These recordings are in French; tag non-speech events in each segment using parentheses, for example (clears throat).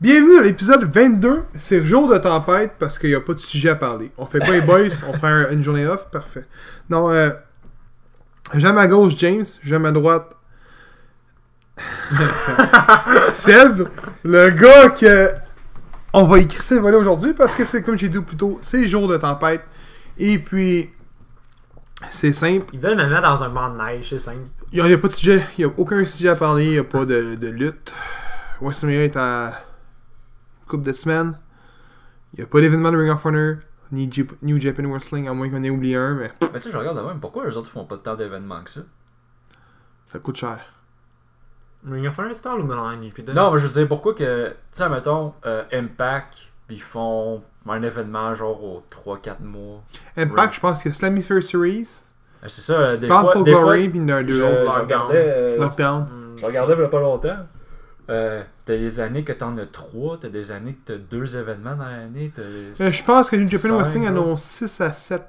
Bienvenue à l'épisode 22. C'est le jour de tempête parce qu'il n'y a pas de sujet à parler. On fait pas les boys, on prend une journée off, parfait. Non, euh, j'aime à gauche James, j'aime à droite (laughs) Seb, le gars que on va écrire ce volet aujourd'hui parce que c'est comme j'ai dit plus tôt, c'est jour de tempête. Et puis, c'est simple. Ils veulent me mettre dans un banc de neige, c'est simple. Il n'y a, pas de sujet, il n'y a aucun sujet à parler, il n'y a pas de, de lutte. WrestleMania est à coupe de semaine. Il n'y a pas d'événement de Ring of Honor, ni Jap- New Japan Wrestling, à moins qu'on ait oublié un, mais Mais tu sais, je regarde de même, pourquoi eux autres font pas tant d'événements que ça? ça coûte cher. Ring of Honor, tu parles ou Mélange Puis de- Non, mais je veux dire, pourquoi que, tu sais, mettons, euh, Impact, ils font un événement genre aux 3-4 mois. Impact, Ouais. je pense que Slammifer Series, Euh, C'est ça, euh, des fois, Bound for des fois, Glory, puis il y en a je, deux je autres. regardais, euh, Lockdown. Hmm, je regardais il y a pas longtemps, euh, t'as des années que t'en as 3, t'as des années que t'as 2 événements dans l'année, t'as... des- Euh, je pense que New Japan Cinq, Wrestling ouais. en ont 6 à 7.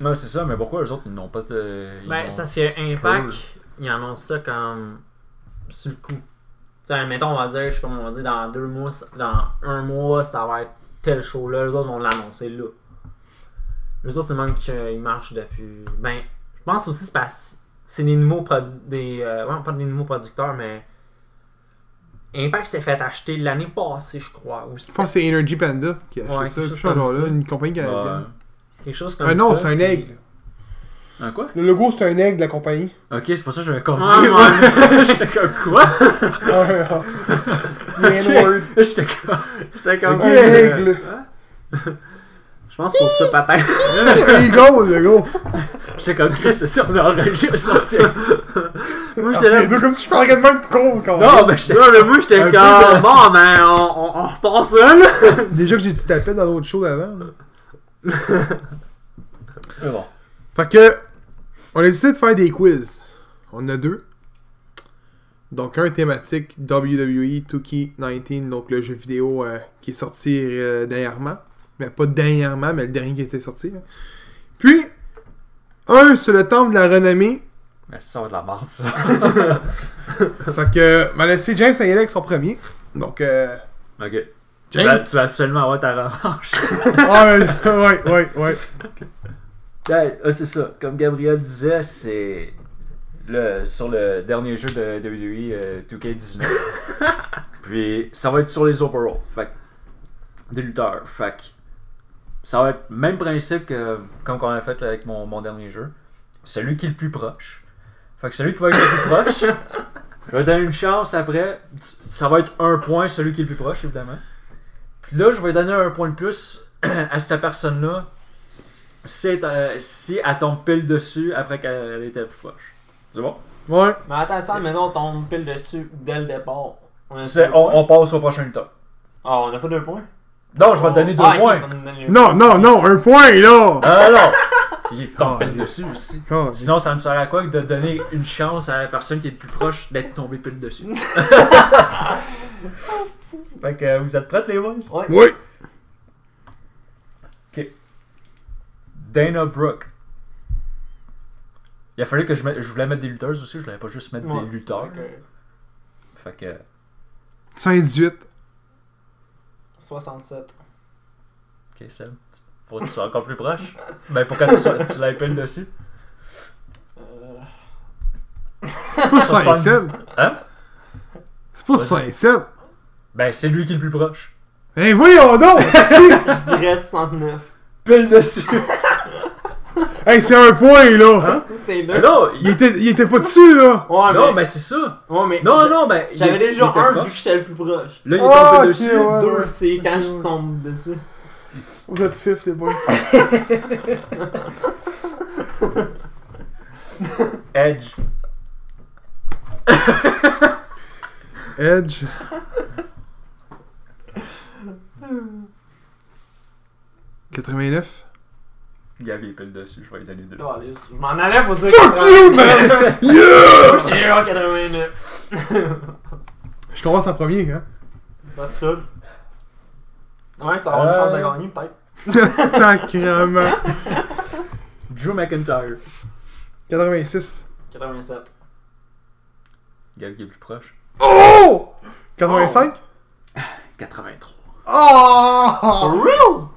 Non, c'est ça, mais pourquoi eux autres, ils n'ont pas de... ils Ben, n'ont- c'est parce que Impact, Cool. ils annoncent ça comme sur le coup. Tu sais, mettons, on va dire, je sais pas, on va dire dans deux mois, ça- dans un mois, ça va être tel show-là, les autres vont l'annoncer là. Les autres, c'est le même qu'ils marchent depuis. Ben, je pense aussi, c'est parce c'est des nouveaux produ- des euh, ouais, pas des nouveaux producteurs, mais. Impact s'est fait acheter l'année passée, je crois. Ou Je pense que c'est Energy Panda qui a Ouais, acheté ça. quelque chose Je pense genre comme là, ça. une compagnie canadienne. Ouais. quelque chose comme Ah non, ça, c'est un puis- aigle. Un quoi? Le logo, c'est un aigle de la compagnie. Ok, c'est pour ça que j'avais Ah, (laughs) compris. ouais. J'étais comme quoi? (laughs) The N-word. J'étais comme... J'étais comme. Un Euh, aigle. Je pense pour ça, peut-être. (laughs) Eagle, le gros. J'étais comme Chris, c'est ça, on a enregistré sur Moi, Ah, (laughs) j'étais là. t'es deux comme si je parlais de même con, quand Non, mais j'étais. Là, mais moi, j'étais Un comme. peu de- Bon, ben, on, on, on repart ça, là. (laughs) même. Déjà que j'ai dit tapé dans l'autre show d'avant. là. Mais bon. Fait que, on a décidé de faire des quiz. On en a deux. Donc, un thématique E WWE 2K19, donc le jeu vidéo euh, qui est sorti euh, dernièrement. Mais pas dernièrement, mais le dernier qui était sorti. là. Puis, un sur le temple de la renommée. Mais ça, ça va être de la merde, ça. (laughs) Fait que, euh, m'a laissé James y aller avec son premier. Donc, euh, (laughs) Ok. Tu vas, James. tu vas absolument avoir ta revanche. ouais, ouais, ouais, ouais. Ouais, ah, c'est ça. Comme Gabriel disait, c'est. Le, sur le dernier jeu de WWE euh, 2K19. Puis ça va être sur les overalls. Fait que- des lutteurs. Fait que ça va être même principe que comme qu'on a fait avec mon, mon dernier jeu. Celui qui est le plus proche. Fait que celui qui va être le plus proche. Je vais donner une chance après. Ça va être un point celui qui est le plus proche, évidemment. Puis là, je vais donner un point de plus (clears throat) à cette personne-là si, elle- euh, si elle tombe pile dessus après qu'elle était plus proche. C'est bon? Ouais. Mais attends, ça, maintenant, on tombe pile dessus dès le départ. On a C'est- On, on passe au prochain lutteur. Ah, on n'a pas deux points. Non, je vais te donner deux Ah, ok, points. ça nous donne les- Non, non, non, un point, là! Ah (laughs) non! Il tombe Ah, pile dessus aussi. Quand- Sinon, ça me sert à quoi que de donner une chance à la personne qui est le plus proche d'être tombée pile (laughs) dessus? (laughs) fait que euh, vous êtes prêtes, les boys? Ouais. Oui! Dana Brooke. Il a fallu que je, mette- je voulais mettre des lutteuses aussi, je voulais pas juste mettre Ouais. des lutteurs. Ok. Fait que. 118. 67. Ok, Seb, tu- pour que tu sois encore plus proche. Ben, pour que tu, sois, tu l'aies pile dessus. Euh, C'est Ah, pas 107. 70. Hein? C'est pas 107. Ben, c'est lui qui est le plus proche. Eh voyons donc! si. je dirais 69. Pile dessus! hey, c'est un point, là! C'est deux. Mais non, il- Il était, il était pas dessus, là! Ouais, non, mais. mais c'est ça! Ouais, mais Non, j'a- non, ben. il- J'avais il déjà était un proche. vu que j'étais le plus proche. Là, il est tombé Ah, ok, dessus. ouais. Deux, c'est quand Ok, je ouais. tombe dessus. Vous êtes fifth, les boys. Edge. Edge. « 89. Gab, il est pile dessus, je vais lui donner deux. Oh, allez, Je m'en allais pour dire. Fuck 89. you, man! Moi, (laughs) Yeah! j'étais là en 89. (laughs) Je commence en premier, hein. (laughs) Pas de trouble. Ouais, tu vas avoir une Euh. chance de gagner, peut-être. Sacrement. Drew McIntyre. 86. 87. Gab, qui est plus proche. Oh! 85? 83. Ah, Oh! real?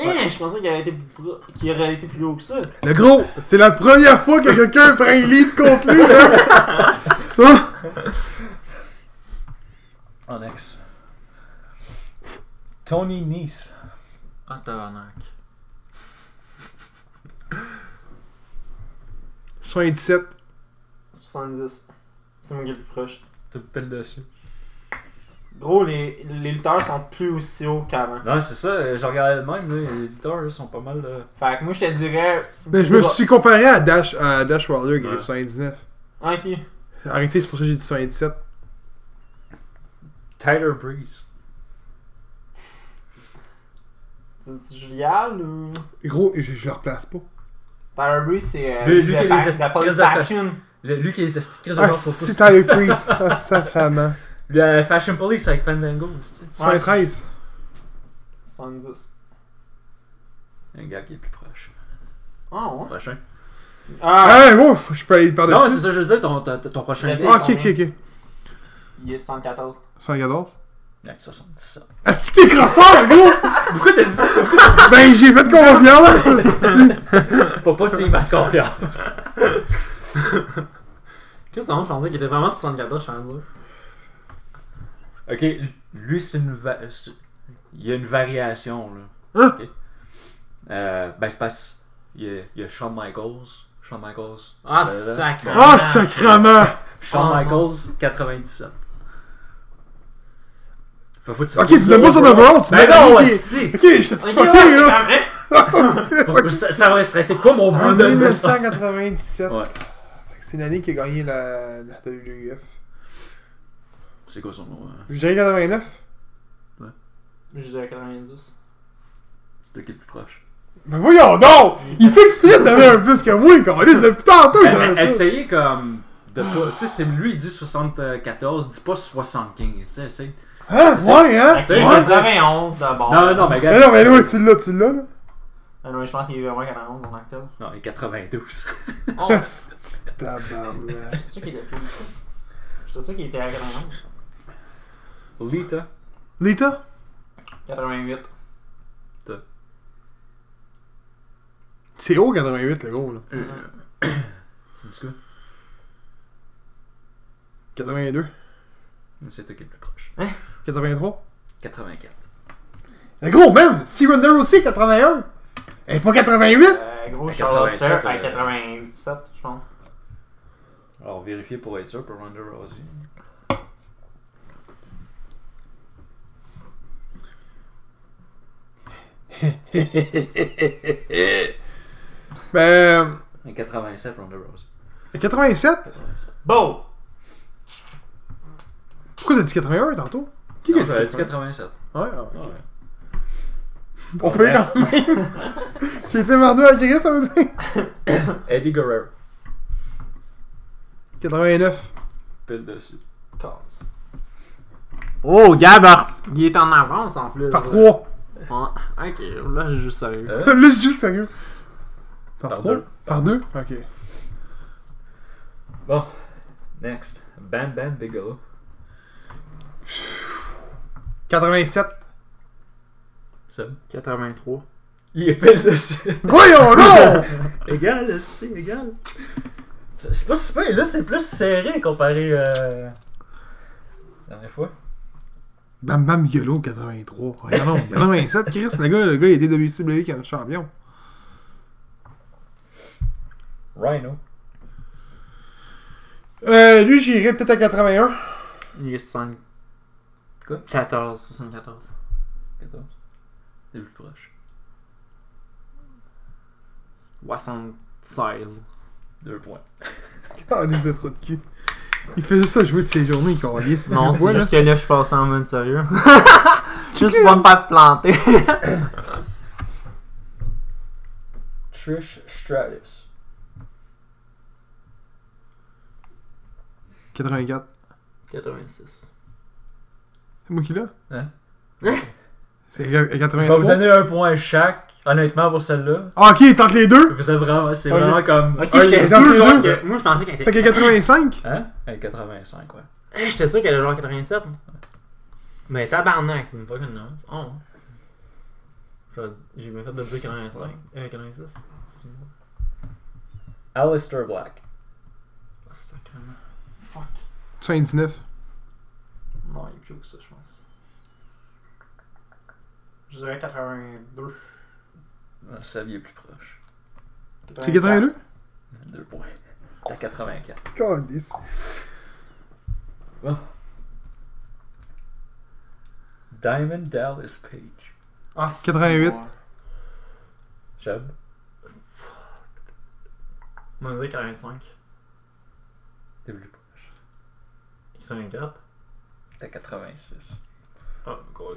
Hein, je pensais qu'il aurait, été plus pro- qu'il aurait été plus haut que ça. Le gros, c'est la première fois que quelqu'un prend un lead contre lui, hein? là! Ah! Onyx. Tony Nice. Ah, tabarnak. 77. 70. C'est mon gars le plus proche. Tu me pèles dessus. Gros, les, les lutteurs sont plus aussi hauts qu'avant. Non, c'est ça, euh, je regardais le même, là, les lutteurs ils sont pas mal. euh, Fait que moi, je te dirais. Mais Ben, je me suis comparé à Dash, à Dash Wilder qui est 79. Ah, Ok. Arrêtez, c'est pour ça que j'ai dit 77. Tyler Breeze. C'est Julial ou. Gros, je, je le replace pas. Tyler Breeze, c'est. euh, Lui- lui qui a les la- la astuces police de la action. Le- lui qui est les astuces Ah, encore pour si tous. Tyler Priest. Ah, sacrément. Le euh, Fashion Police avec Fandango, c'est 73. 70. un gars qui est plus proche. Ah, ouais. Prochain. Ah, Ah, ouf, je peux aller Non, c'est par-dessus. ça, je veux dire, ton, ton, ton prochain. Mais gars. c'est- Ah, ok, ok, ok. il est 74. 114. Avec 77. Est-ce que t'es crosseur, gros? Pourquoi t'as dit ça? Ben, j'ai fait confiance! c'est- Faut pas que tu y fasses confiance. Qu'est-ce que je pensais qu'il était vraiment 74, je pense. (laughs) Ok, lui, c'est une. va- c'est- Il y a une variation, là. Hein? Ok. Euh, ben, c'est parce. Il y, a, il y a Shawn Michaels. Shawn Michaels. Ah, Là, là. sacré. Ah, sacrément! Shawn Ah, Michaels, 97. Faut- faut que Ok, dises tu donnes pas son overall. overall, tu Ben mets- non, ok. (laughs) aussi! Ok, je t'ai Ok, fucké, ouais, c'est (laughs) là! quand même- Pourquoi- ça, ça aurait- ça aurait été quoi mon En bout de 1997. Ouais. Fait que C'est l'année qui a gagné la, la WWF. C'est quoi son nom? hein? Je dirais 89. Je dirais 90. C'était qui le plus proche? Ben voyons donc! Il fait exprès de donner un plus que moi, quand on depuis tantôt, il donne un Eh, eh, plus! Essayez comme. De pas, tu sais, c'est- lui il dit 74, dis pas 75. tu sais, essaye. Hein? essaye. Ouais, hein? Fait que sais, moi, je je veux dire- dirais 11 d'abord. Non, non, non, mais Mais regarde. non, mais oui, tu l'as, tu l'as, là. Ah non, mais je pense qu'il est vraiment 91 en octobre. Non, il est 92. Oh. (laughs) 11. (laughs) Tabarnak. J'étais sûr qu'il était plus. petit. J'étais sûr qu'il était à 91. (laughs) Lita. Lita? 88. C'est haut 88, le gros, là. Euh, (coughs) C'est du coup. 82. C'est toi qui est le plus proche. 83. 84. Le gros, man! Si Render aussi, 81! Et pas 88! Euh, gros, À Charles 87, Flair à euh, 87, je pense. Alors, vérifier pour être sûr pour Ronda Rousey. (laughs) Ben. Un 87, Ronda Rousey. 87? 87. Bon! Pourquoi t'as dit 81 tantôt? Qui Non, a dit j'avais dit 87? 87. Ouais, ah, Ouais. ok. On peut quand même! (laughs) J'ai été mardu à Chris, ça veut dire? (coughs) Eddie Guerrero. 89. Pile dessus. Cause. Oh, Gabard! Il est en avance en plus. Par 3. Ouais. Ok, là, je joue sérieux. Euh, (laughs) Là, je joue sérieux. Par Par 3? deux. Par 2? Ok. Bon. Next. Bam Bam Bigelow. 87. (laughs) Seb. 83. Il est pile dessus. Voyons non! égal, esti, égal. C'est c'est pas super. Là, c'est plus serré comparé. Euh... Dernière fois. Bam Bam Yolo 83. Regardons, 87, Chris, le gars, le gars, il était WCW comme champion. Rhino. Euh, lui, j'irais peut-être à 81. Il est 5. Quoi? 14, 74. 14. C'est le plus proche. 76. Deux points. Ah, il est trop de cul. Il fait juste ça jouer de ses journées, il calisse. Tu le Non, vois, c'est là. juste que là, je suis passé en mode sérieux. juste pour me faire planter. Trish Stratus. 84. (laughs) 86. C'est moi qui l'a? Hein? C'est à Je vais vous 83. donner un point chaque. Honnêtement, pour celle-là. Ah, ok, il tente les deux. Vous êtes vraiment. C'est Ok. vraiment comme. Ok, un j'étais des sûr, sûr, les genre, deux. que. Moi, je pensais qu'elle Fait était. que 85. Hein? Elle est 85, ouais. Eh, J'étais sûr qu'elle avait genre 87. Mais tabarnak, tu me fucking non. Oh. Je- J'ai bien fait de dire 85. Euh, 86. C'est bon. Alistair Black. Ah, sacrément. Fuck. 99. Non, il est plus haut que ça, je pense. Je dirais 82. Ah, Ça vient plus proche. C'est 82? Deux points. (laughs) T'as 84. God, Diamond Dallas Page. Ah, c'est 88. bon. Chub. On va dire 45. T'es plus proche. 84. T'as 86. Ah, gros.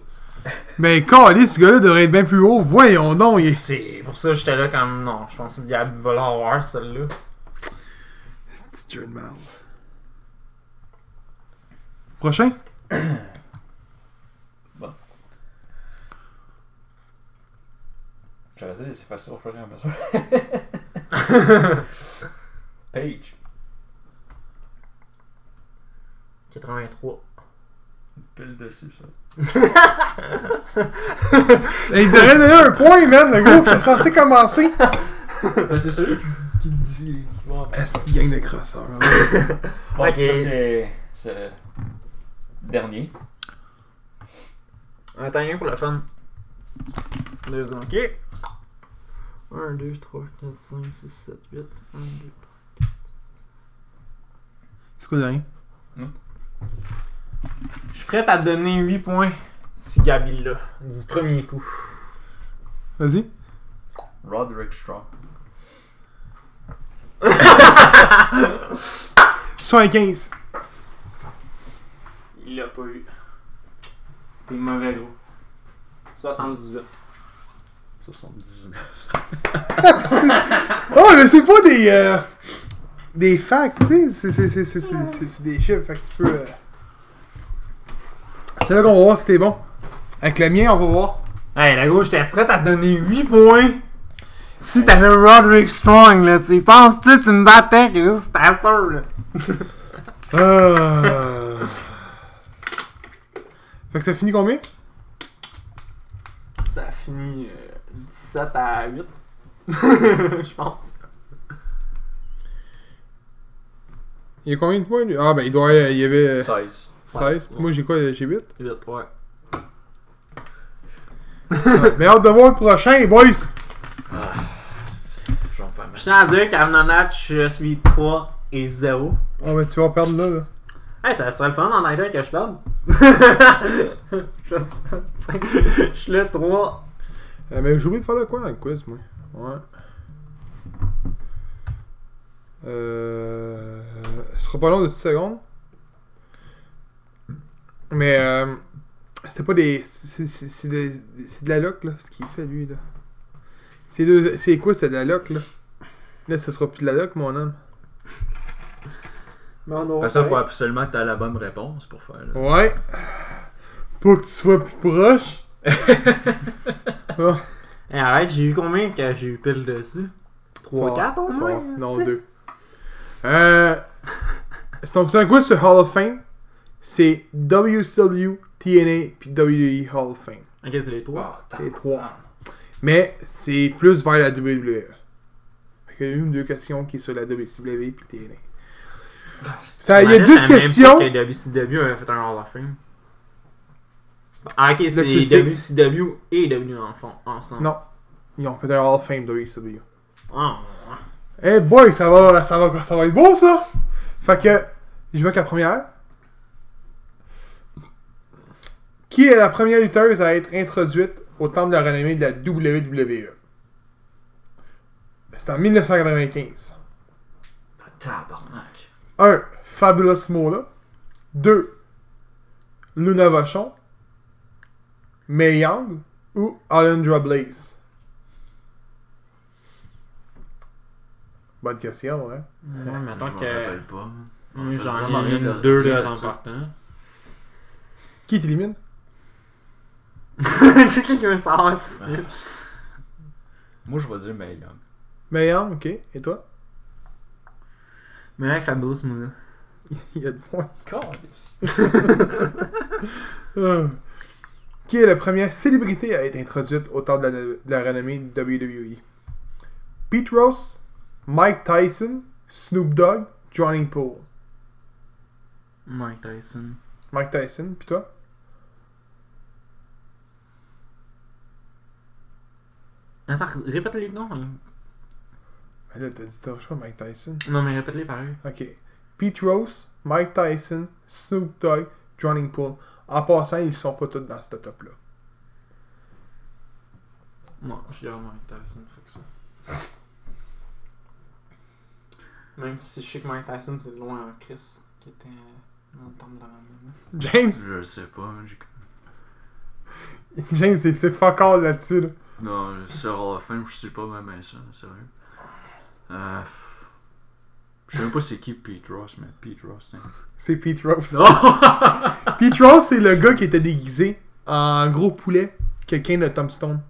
Mais calé, Ben, ce gars-là devrait être bien plus haut. Voyons donc. il est- C'est pour ça que j'étais là quand non, je pensais qu'il va l'avoir celle-là. (laughs) C'est du jeu de merde. Prochain? J'aurais dit, c'est facile au fur et à mesure. (laughs) Page. 83. Pile dessus, (laughs) ça. Hey, il devrait donner un point, man, le groupe. C'est censé commencer. Ben, c'est celui qui le dit. qui va en parler. Est-ce qu'il gagne de crosseurs? Bon, Ok. ça, c'est. C'est. le Dernier. Attends, un pour le fun. Deux ans. Ok. 1, 2, 3, 4, 5, 6, 7, 8. 1, 2, C'est quoi le dernier? Je suis prêt à te donner 8 points si Gabi là, du premier coup. Vas-y. Roderick Strong. 75. Il l'a pas eu. T'es mauvais gros. 78. 79. (laughs) Oh, mais c'est pas des. euh, des facts, tu sais. C'est- c'est- c'est- c'est- c'est- C'est c'est des chiffres, fait que tu peux. euh. C'est là qu'on va voir si t'es bon. Avec le mien, on va voir. Hey, la gros, j'étais prêt à te donner 8 points si t'avais Roderick Strong là. Tu penses-tu tu me battais, Chris? T'as sûr là. Fait que ça finit combien Ça a fini euh, 17 à (laughs) 8. Je pense. Il y a combien de points lui? Ah, ben il doit. euh, Il y avait euh, 16. 16. Ouais. Moi, j'ai quoi J'ai 8. 8, ouais. Mais hâte de voir le prochain, boys Ah. J'en perds Je tiens à dire qu'à Menonatch, je suis 3 et 0. Oh, mais tu vas perdre là, là. Hey, ça serait le fun en anglais que je perde. je (laughs) je suis le 3. Euh, mais j'ai oublié de faire de quoi dans le quiz, moi. Ouais. Euh. Ce sera pas long de 10 secondes. Mais euh. C'est pas des. C'est c'est- c'est des- c'est de la loc, là, ce qu'il fait, lui, là. C'est deux. C'est quoi, c'est de la loc, là Là, ce sera plus de la loc, mon homme. Mais on aura Parce ça, faut absolument que t'aies la bonne réponse pour faire. là. Ouais. Pour que tu sois plus proche. Ah, Eh, arrête, j'ai eu combien que j'ai eu pile dessus 3 Soir. 4 au soir. moins Non, c'est- deux. Euh. c'est Donc, c'est un quiz sur Hall of Fame. C'est WCW, TNA, puis WWE Hall of Fame. Ok, c'est les 3. Ah, Les trois. Mais c'est plus vers la WWE. Fait qu'il y a une ou deux questions qui est sur la WCW puis TNA. Bah, Ça, il y a 10 questions. Que WCW avait fait un Hall of Fame. Ah, ok, c'est tu le sais. WCW et W en fond, ensemble. Non. Ils ont fait un Hall of Fame WCW. Ah, Eh boy, ça va, ça va, ça va être beau ça! Fait que, je vais qu'à la première. Qui est la première lutteuse à être introduite au temple de la renommée de la WWE? C'est en 1995. Tabarnak. 1. Fabulous Mola. 2. Luna Vachon. Mae Young ou Alondra Blaze? Bonne question, hein? ouais, mais Je attends m'en que. rappelle pas. Moi, Vraiment j'en ai rien une, de- deux rien là, de en ça. partant. Qui t'élimine? J'ai quelqu'un savoir si- Moi, je vais dire meilleur. Mayhem, ok. Et toi? (laughs) Mais ouais, Fabulous Moula. Il y a de points. Calice. Ah. Qui est la première célébrité à être introduite au temple de la, de la renommée WWE? Pete Rose, Mike Tyson, Snoop Dogg, Johnny Poole. Mike Tyson. Mike Tyson, pis toi? Attends, répète-les noms. hein. Ben là, t'as dit ton choix, Mike Tyson. Non, mais répète-les pareil. Ok. Pete Rose, Mike Tyson, Snoop Dogg, Johnny Poole. En passant, ils sont pas tous dans ce top-là. Moi, je dirais Mike Tyson, fuck ça. Même si je sais que Mike Tyson, c'est loin avant Chris, qui était euh, dans le temps de la même. James, (laughs) Je sais pas. j'ai- James, c'est- c'est fuck all là-dessus, là. Non, sur Hall of Fame, je suis pas même à ça, sérieux. Euh, je sais même pas c'est qui Pete Ross, mais Pete Ross, hein. C'est Pete Rose. Non! (laughs) Pete Rose, c'est le gars qui était déguisé en gros poulet, quelqu'un de Tombstone.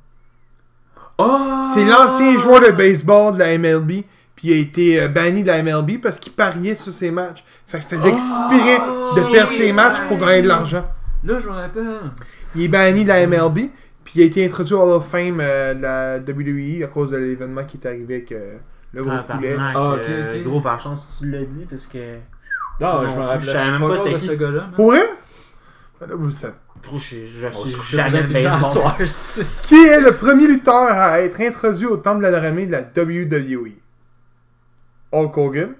Oh! C'est l'ancien joueur de baseball de la MLB, puis il a été euh, banni de la MLB parce qu'il pariait sur ses matchs. Fait qu'il fallait expirer de perdre ses matchs pour gagner de l'argent. Là, je me rappelle. Il est banni de la MLB, puis il a été introduit au Hall of Fame euh, de la WWE à cause de l'événement qui est arrivé avec euh, le gros poulet. Ah, ok, ok. euh, Gros, par chance, tu l'as dit, parce que. Non, Non, je me je rappelle. savais même pas c'était qui. ce gars-là. man. Pour vrai? Ben là, vous le savez. Gros, je On se suis couche jamais plus intelligent baseball. (laughs) ce soir, c'est- Qui est le premier lutteur à être introduit au temple de la renommée de la WWE? Hulk Hogan,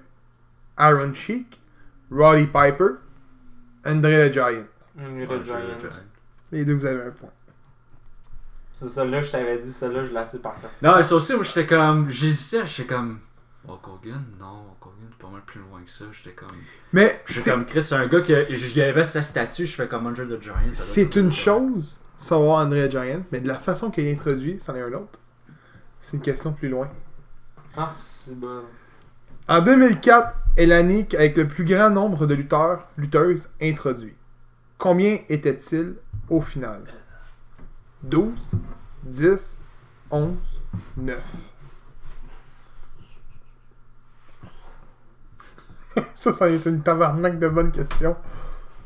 Aaron Sheik, Roddy Piper, André the Giant. Mm, Ouais, le je- je- Giant. Les deux, vous avez un point. C'est celle-là, je t'avais dit, celle-là, je la sais par cœur. Non, mais ça aussi, moi, j'étais comme. J'hésitais, j'étais comme. Hulk Hogan? Non, Hulk Hogan, c'est pas mal plus loin que ça. J'étais comme. Mais J'étais c'est comme Chris, c'est un gars que. Je lui avais sa statue, je fais comme Under the Giant. ça doit c'est être- une chose, savoir André the Giant, mais de la façon qu'il est introduit, c'en est un autre. C'est une question plus loin. Ah, c'est bon. En 2004 est l'année avec le plus grand nombre de lutteurs, lutteuses introduits. Combien étaient-ils au final 12, 10, 11, 9. (laughs) ça, ça est une tabarnak de bonnes questions.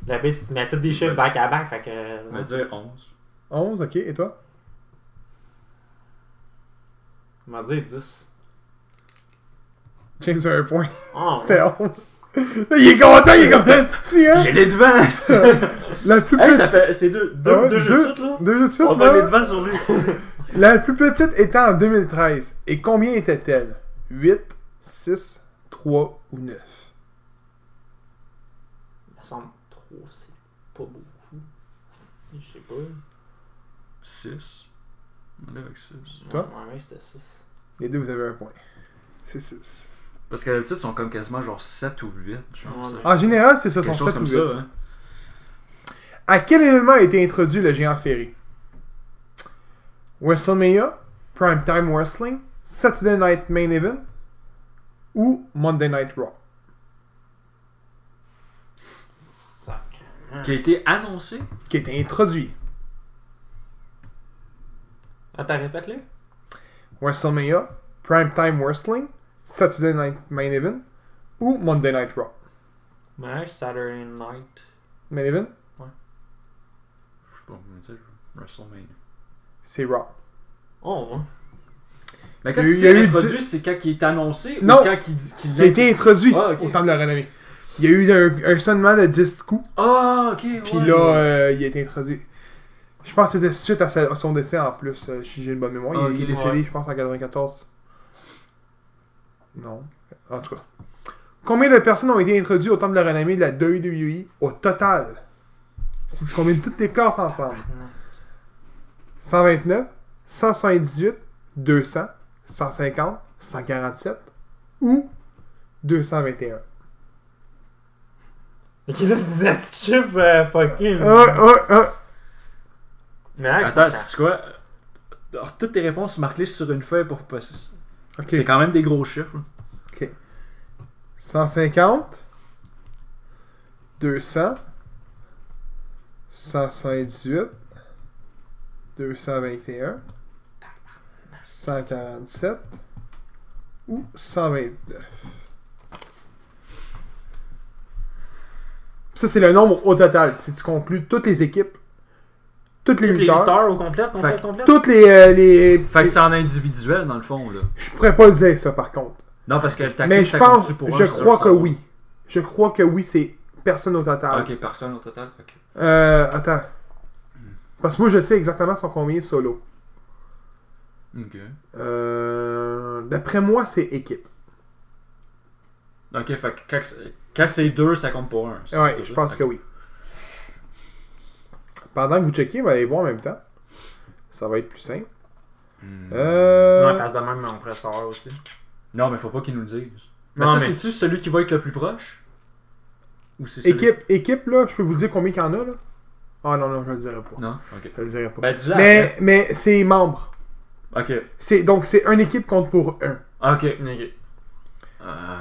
La piste, tu mets tous des chiffres back à back, fait que. On va dire 11. 11, ok, et toi On va dire 10. James a un point. Ah, Oh, C'était 11. Il est content, il est (laughs) comme un petit, hein J'ai les devants! La plus Hey, petite. ça fait. C'est deux, deux, Ah ouais, deux jeux de suite, là. Deux jeux de suite, On là. a les devants sur lui. La plus petite était en 2013. Et combien était-elle 8, 6, 3 ou 9 Ça semble trop, c'est pas beaucoup. Je sais pas. 6. On est avec 6. Toi? Ouais, ouais, c'était 6. Les deux, vous avez un point. C'est 6. Parce que d'habitude, ils sont comme quasiment genre 7 ou 8. Genre, Ouais, ça. ouais. En général, c'est ça, quelque sont chose sept ou comme huit. ça. Hein. À quel événement a été introduit le géant ferry WrestleMania, Primetime Wrestling, Saturday Night Main Event ou Monday Night Raw Sac. Qui a été annoncé. Qui a été introduit Attends, répète-le. WrestleMania, Primetime Wrestling, Saturday Night Main Event ou Monday Night Raw Marriage Ben, Saturday Night. Main Event, Je sais pas comment dire. WrestleMania. c'est Raw. Oh, Mais quand Il y tu a eu dis introduit, dix- c'est quand il est annoncé Non. ou quand il dit qu'il qui a été introduit Ah, ok. au Temple de la Renommée. Il y a eu un, un sonnement de 10 coups, Ah, ok, ouais. puis là, euh, il a été introduit. Je pense que c'était suite à, sa- à son décès en plus, euh, si j'ai une bonne mémoire. Il- il, Ok, est décédé, ouais. je pense, en 94. Non. En tout cas. Combien de personnes ont été introduites au Temple de la Renommée de la WWE au total Si tu combines toutes les classes ensemble 129, 178, 200, 150, 147 ou 221 Ok, là, c'est ce chiffre euh, fucking. Ah, ah, ah. Marriage Euh, Attends, Saturday c'est quoi Alors, toutes tes réponses sont marquées sur une feuille pour pas. Ok. C'est quand même des gros chiffres. 150, 200, 178, 221, 147 ou 129. Ça, c'est le nombre au total. Si tu conclus toutes les équipes, toutes les Toutes les lutteurs, lutteurs au complet, complet, Fait- complet. toutes les. euh, les... Fait que c'est en individuel, dans le fond, là. Je pourrais pas le dire, ça, par contre. Non, parce que le tactique, Mais je ça pense, compte-tu pour un je sur crois ça? que oui. Je crois que oui, c'est personne au total. Ok, personne au total. ok. Euh, attends. Parce que moi, je sais exactement sur combien solo. Ok. Euh, D'après moi, c'est équipe. Ok, fait que quand c'est- quand c'est deux, ça compte pour un. c'est Ouais, ça, je pense que oui. Pendant que vous checkez, vous allez voir en même temps. Ça va être plus simple. Hmm. Euh, Non, parce de même, mais on pourrait savoir aussi. Non, mais faut pas qu'ils nous le disent. Mais Non, ça, mais- c'est-tu celui qui va être le plus proche Ou c'est celui- équipe, équipe, là, je peux vous dire combien qu'il y en a, là? Ah non, non, je le dirai pas. Non, ok. Je le dirai pas. Ben, dis-le. mais mais c'est membres. Ok, Ah, C'est- Donc, c'est une équipe compte pour un. ok. Ok. Euh,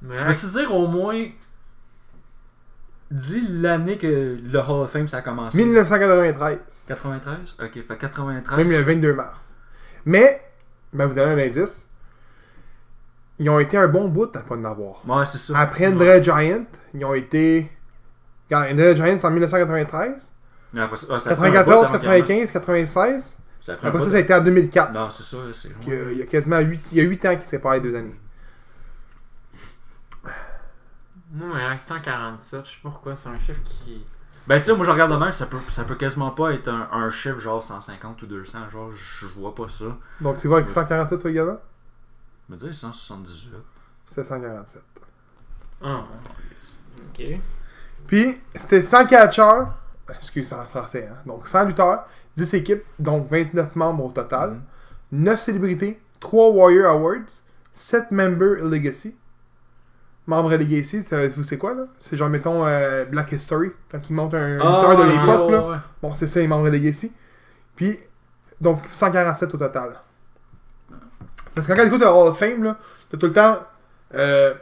Mais Tu peux-tu dire au moins. Dis l'année que le Hall of Fame ça a commencé 1993. 93 Ok, fait 93. Même le 22 mars. Mais, ben, vous donnez un indice. Ils ont été un bon bout à pas de l'avoir. Ouais, c'est ça. Après André Giant, ils ont été. Regarde, André Giant, c'est en 1993. Ouais, après ça- ouais, ça a pris un bout 94, avant qu'il y en ait. 95, 96. Ça a pris un Après bout ça, ça a été en 2004. avant- Non, c'est ça, c'est Donc, euh, il y a quasiment 8, il y a 8 ans qui séparent les deux années. Moi, mais 147, je sais pas pourquoi, c'est un chiffre qui. Ben, tu sais, moi, je regarde de même, ça peut, ça peut quasiment pas être un, un chiffre genre 150 ou 200, genre, je vois pas ça. Donc tu vois avec 147 toi également Je me dis 178. C'était 147. Ah, ouais. ok. Puis c'était 100 catcheurs, excuse c'est en français, hein. donc 100 lutteurs, 10 équipes, donc 29 membres au total, Hmm. 9 célébrités, 3 Warrior Awards, 7 Member Legacy. Membre Legacy, savez-vous c'est quoi là C'est genre, mettons, euh, Black History, quand ils montent un Ah, lutteur de l'époque là. Bon, c'est ça, les membres Legacy. Puis, donc 147 au total. Parce que quand tu écoutes le Hall of Fame, là, t'as tout le temps euh,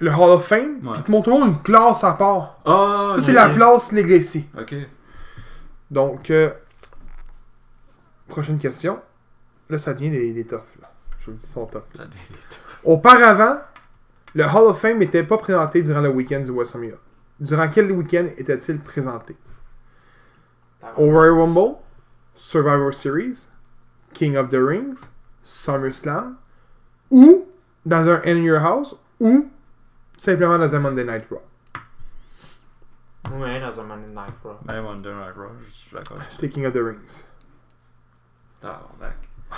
le Hall of Fame, Ouais. puis tu montres toujours une classe à part. Ah, ça, c'est ok. la classe Legacy. Ok. Donc, euh, prochaine question. Là, ça devient des, des toughs, là. Je vous le dis, ils sont tough. Ça devait être- Auparavant, le Hall of Fame n'était pas présenté durant le week-end du WrestleMania. Durant quel week-end était-il présenté? au Royal Rumble, Survivor Series, King of the Rings, SummerSlam, ou dans un In Your House, ou simplement dans un Monday Night Raw. Ouais, dans un Monday Night Raw. Même Under Night Raw, je suis d'accord. C'était King of the Rings. Tabarnak.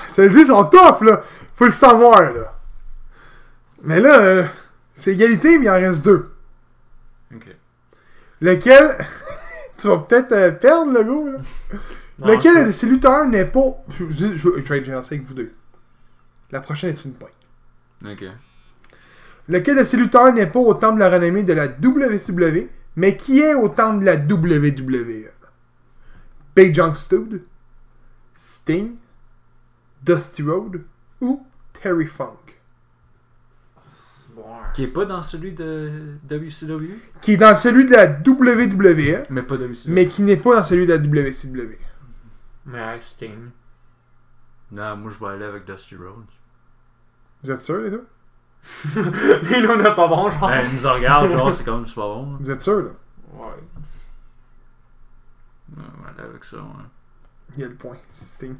Celles-ci sont top, là! Faut le savoir, là! Mais là, euh, c'est égalité, mais il en reste deux. Ok. Lequel... (laughs) tu vas peut-être euh, perdre, le gars, là. Non, Lequel c'est- de ces lutteurs n'est pas... Je, je- je- je vais être gentil avec vous deux. La prochaine est une pointe. Ok. Lequel de ces lutteurs n'est pas au temple de la renommée de la WCW, mais qui est au temple de la E? WWE? Big John Studd, Sting, Dusty Road ou Terry Funk? c'est bon. hein. Qui est pas dans celui de WCW Qui est dans celui de la WWE, Mais pas WCW. mais qui n'est pas dans celui de la WCW. Mais avec Sting. Non, moi, je vais aller avec Dusty Rhodes. Vous êtes sûr, les deux? (laughs) Mais nous, on n'a pas bon, Ah. genre. Ben, il nous regarde, genre, c'est quand même super bon. là. Vous êtes sûr, là? Ouais. Ouais, On va aller avec ça, ouais. Il y a le point, c'est Sting.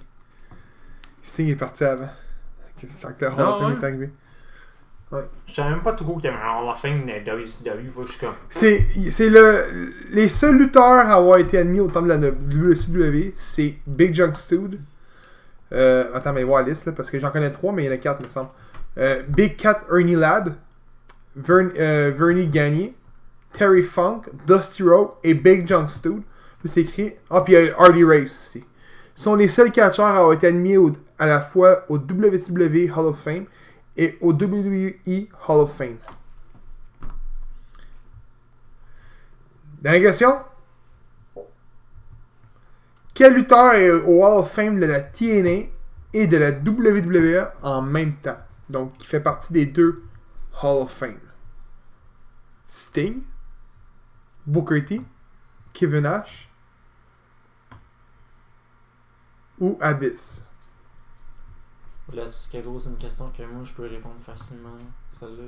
Sting est parti avant. Quand le Hall Ah, of Fame ouais? est arrivé. Je savais même pas tout court qu'il y avait un Hall of Fame de WCW, faut que je suis comme. C'est c'est le les seuls lutteurs à avoir été admis au temps de la WCW, c'est Big John Studd. Euh, attends, mais voir la liste là, parce que j'en connais trois, mais il y en a quatre, me semble. Euh, Big Cat Ernie Ladd, Vern- euh, Vernie Gagné, Terry Funk, Dusty Rowe et Big John Studd. Puis c'est écrit. Ah, puis il y a Harley Race aussi. Ce sont les seuls catcheurs à avoir été admis au- à la fois au WCW Hall of Fame et au WWE Hall of Fame. Dernière question. Quel lutteur est au Hall of Fame de la TNA et de la WWE en même temps? Donc, qui fait partie des deux Hall of Fame. Sting, Booker T, Kevin Nash ou Abyss? Là, c'est parce que gros, c'est une question que moi, je peux répondre facilement, celle-là.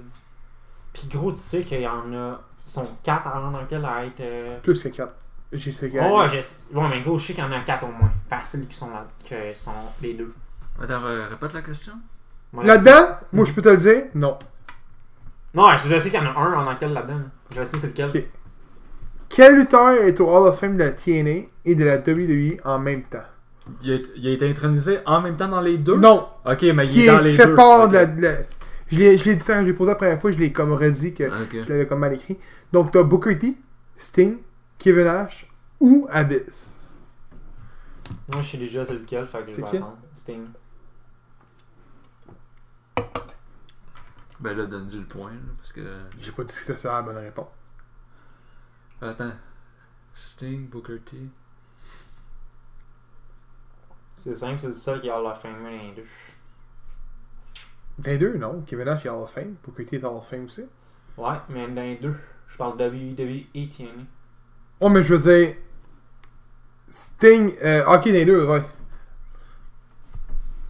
Puis gros, tu sais qu'il y en a... sont quatre avant dans lequel à être... euh, Plus que 4. J'ai c'est Oh, ouais, je- ouais, mais gros, je sais qu'il y en a quatre au moins. Facile qui sont là, que sont les deux. Attends, euh, répète la question. Moi, Là-dedans, moi je peux te le dire, non. c'est- Non, je je sais qu'il y en a un en lequel là-dedans. là. Je sais c'est lequel. (laughs) Ok. Quel lutteur est au Hall of Fame de la TNA et de la WWE en même temps Il a, été- il a été intronisé en même temps dans les deux Non, Ok, mais il qui est dans les fait deux. part Ok. de la. de la- Je l'ai je l'ai dit quand je l'ai posé la première fois, je l'ai comme redit que Ah, Ok. je l'avais comme mal écrit. Donc t'as Booker T, Sting, Kevin Nash ou Abyss. Moi, je sais déjà c'est lequel, fait que je C'est vais qui? attendre. Sting. Ben là, donne-lui le point, là, parce que. J'ai pas dit que c'était ça la bonne réponse. Attends. Sting, Booker T. C'est simple, c'est le seul qui a la fin dans les deux. T'as deux, non Kevin Nash est Hall of Fame, Booker T est Hall of Fame aussi. Ouais, mais dans les deux. Je parle E de WWE et TNA. Oh, mais je veux dire. Sting. Euh, ok, dans les deux, ouais.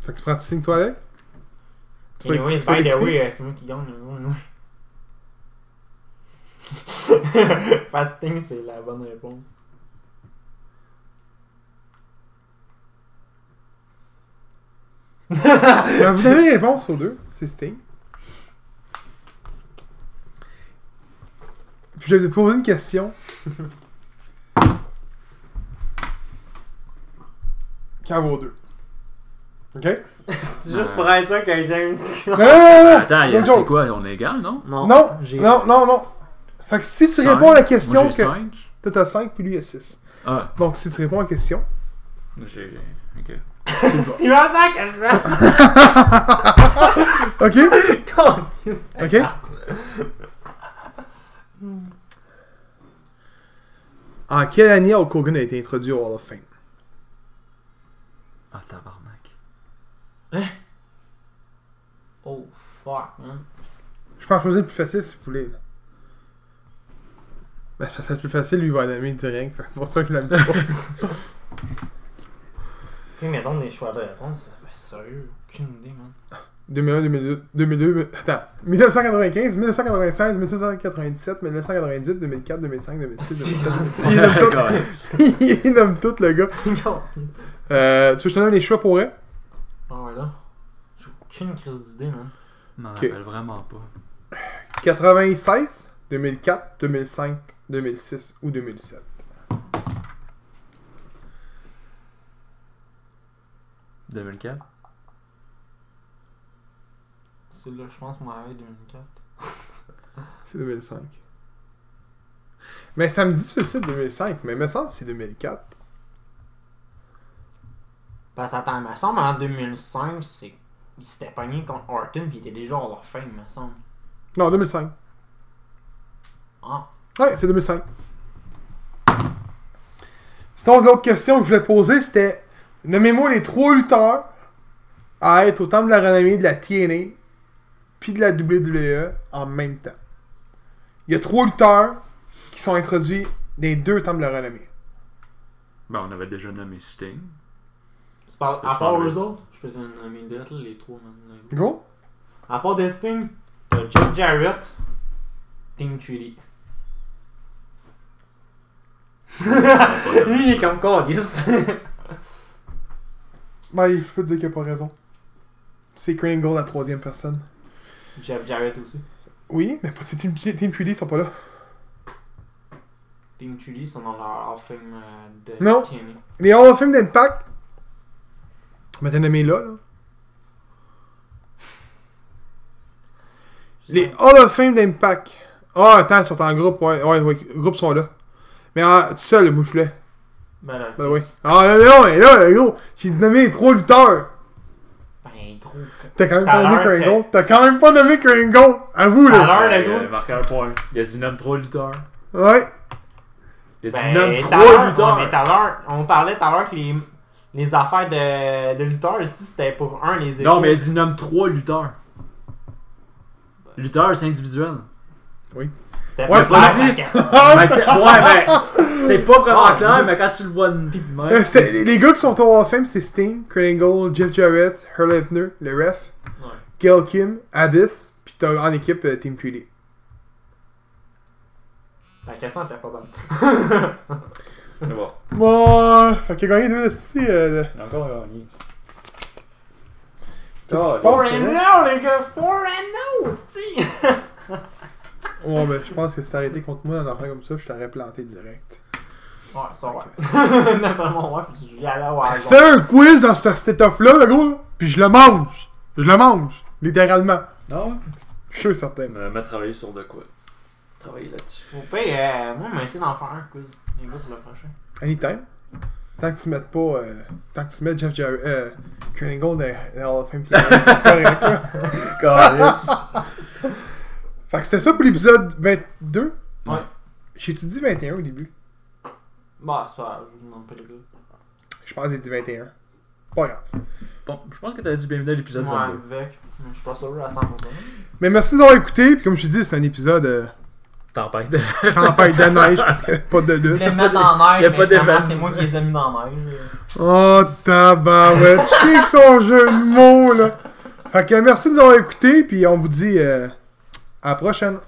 Fait que tu prends Sting toi avec Tu vas- Anyways, tu vas by the l'écouter? way, euh, c'est moi qui gagne. mais bon, non. Fasting, c'est la bonne (laughs) réponse. Ben, vous avez réponse aux deux, c'est Sting. Puis je vais vous poser une question. (laughs) Qu'à vos deux. Ok? c'est Euh, juste pour être sûr que James Non, non, non, non! Attends, il y a- Bonne c'est joke. quoi On est égal, non Non, Non, j'ai- non, non, non. Fait que si tu Cinq. réponds à la Moi, question j'ai que. cinq. Toi t'as 5 puis lui a 6. Ah, Donc si tu réponds à la question. j'ai. Ok. Tu vois ça que je veux? (laughs) Ok? Ok? En quelle année Hulk Hogan a été introduit au Hall of Fame? Ah, tabarnak. Oh fuck, man. Je peux en choisir le plus facile si vous voulez. là. Ben, ça serait le plus facile, lui, il va en aimer direct. C'est pour ça que je (laughs) l'aime pas. Puis mettons les choix de réponse, ben sérieux, aucune idée, man. 2001, 2002, 2002, attends. 1995, 1996, 1997, 1998, 2004, 2005, Ah, 2006, 2007. (laughs) (laughs) Il nomme tout. (laughs) il nomme tout, le gars. Euh, tu veux que je te donne les choix pour vrai? Ah ouais, là. J'ai aucune crise d'idée, man. Je m'en Ok. rappelle vraiment pas. 96, 2004, 2005, 2006 ou 2007. De 2004 C'est là, je pense, mon avis 2004. C'est 2005. Mais ça me dit sur le site 2005, mais il me semble que c'est 2004. Parce que attends, me semble en 2005, c'est. Il s'était pogné contre Orton puis il était déjà à leur fin, me semble. Non, 2005. Ah. Ouais, c'est 2005. Sinon, l'autre question que je voulais poser, c'était nommez-moi les trois lutteurs à être au temps de la renommée de la TNA puis de la WWE en même temps. Il y a trois lutteurs qui sont introduits des deux temps de la renommée. Ben, on avait déjà nommé Sting. Tu parles, Faut à part changer. eux autres, je peux te nommer direct là, les trois, man. Go? À part Destin, t'as Jeff Jarrett, Team Chili. Lui, il est comme (laughs) Carlis. Ouais, je peux te dire qu'il n'y a pas raison. C'est Kringle, la troisième personne. Jeff Jarrett aussi. Oui, mais pas- c'est Team, Team Fury, ils sont pas là. Team Chili sont dans leur off-fame euh, de Non. TNA. Les Hall of Fame d'Impact. Mais t'as nommé là, là. Je sais Les Hall of Fame d'Impact. Ah, attends, ils sont en groupe, ouais, ouais, ouais, les groupes sont là. Mais ah, tout seul, le mouchelet. Ben là, Ben oui. Ah, non, non, mais là, le gros, j'ai dit nommer les trois lutteurs. ben gros. que- T'as quand même T'as pas nommé l'air que- Kringle. T'as quand même pas nommé Kringle. Avoue, T'as là. l'air- le il gros, a Euh, marqué tu- un point. Il a dit nomme 3 lutteurs. Ouais. Il a dit nomme Ben, tout à 3 l'heure, on- mais tout lutteurs. à l'heure, on parlait tout à l'heure que les, les affaires de, de lutteurs ici, c'était pour un les Non, épaules. mais il a dit nomme 3 lutteurs. Lutteurs, c'est individuel. C'était Ouais, pas clair, vas-y. ça casse. Ah! Mais t- ouais, ben, c'est pas vraiment Ah, clair, juste- mais quand tu le vois de pis de Euh, même. c'était- les gars qui sont au Hall of Fame, c'est Sting, Kringle, Jeff Jarrett, Earl Hebner, le ref, Ouais. Gail Kim, Abyss, pis t'as en équipe euh, Team 3D. Ta question était pas bonne. (laughs) Mais bon, Bon, fait qu'il a gagné deux aussi. Euh, il a encore gagné. Ah, Qu'est-ce qui se Four passe? and no, les gars! Four and oh, no, c'ti! ouais, ben je pense que si t'as arrêté contre moi dans un affaire comme ça, je t'aurais planté direct. Ouais, ça (laughs) ouais. Naturellement, ouais, puis j'y allais au hasard. Fais un quiz dans ce setup-là, le gros, là, pis je le mange. Je le mange, littéralement. Non, Je suis sûr et certain. Euh, mais m'a travaillé sur de quoi Travailler là-dessus. Au pire, euh, moi, on m'a essayé d'en faire un quiz, les gars, pour le prochain. Anytime. Tant que tu mettes pas. euh, tant que tu mets Jeff Jarrett. Euh, Kringle dans dans le Hall of Fame, (laughs) c'est correct, là. Carlis. Fait que c'était ça pour l'épisode 22. Ouais. J'ai-tu dit 21 au début Bah, c'est pas je vous demande pas les gars. Je pense que j'ai dit 21. Pas grave. Bon, je pense que t'as dit bienvenue à l'épisode Moi, 22. avec, je suis pas sûr à 100%. Mais merci de nous avoir écoutés. Puis comme je te dis, c'est un épisode euh, Tempête. en paille de neige parce qu'il n'y avait pas de Je lutte. les mettre dans la y a neige, pas mais finalement, d'événement. c'est moi qui les ai mis dans la neige. euh. Oh tabarouette. Je sais que son jeu de mots là. Fait que merci de nous avoir écoutés. Puis on vous dit euh, à la prochaine.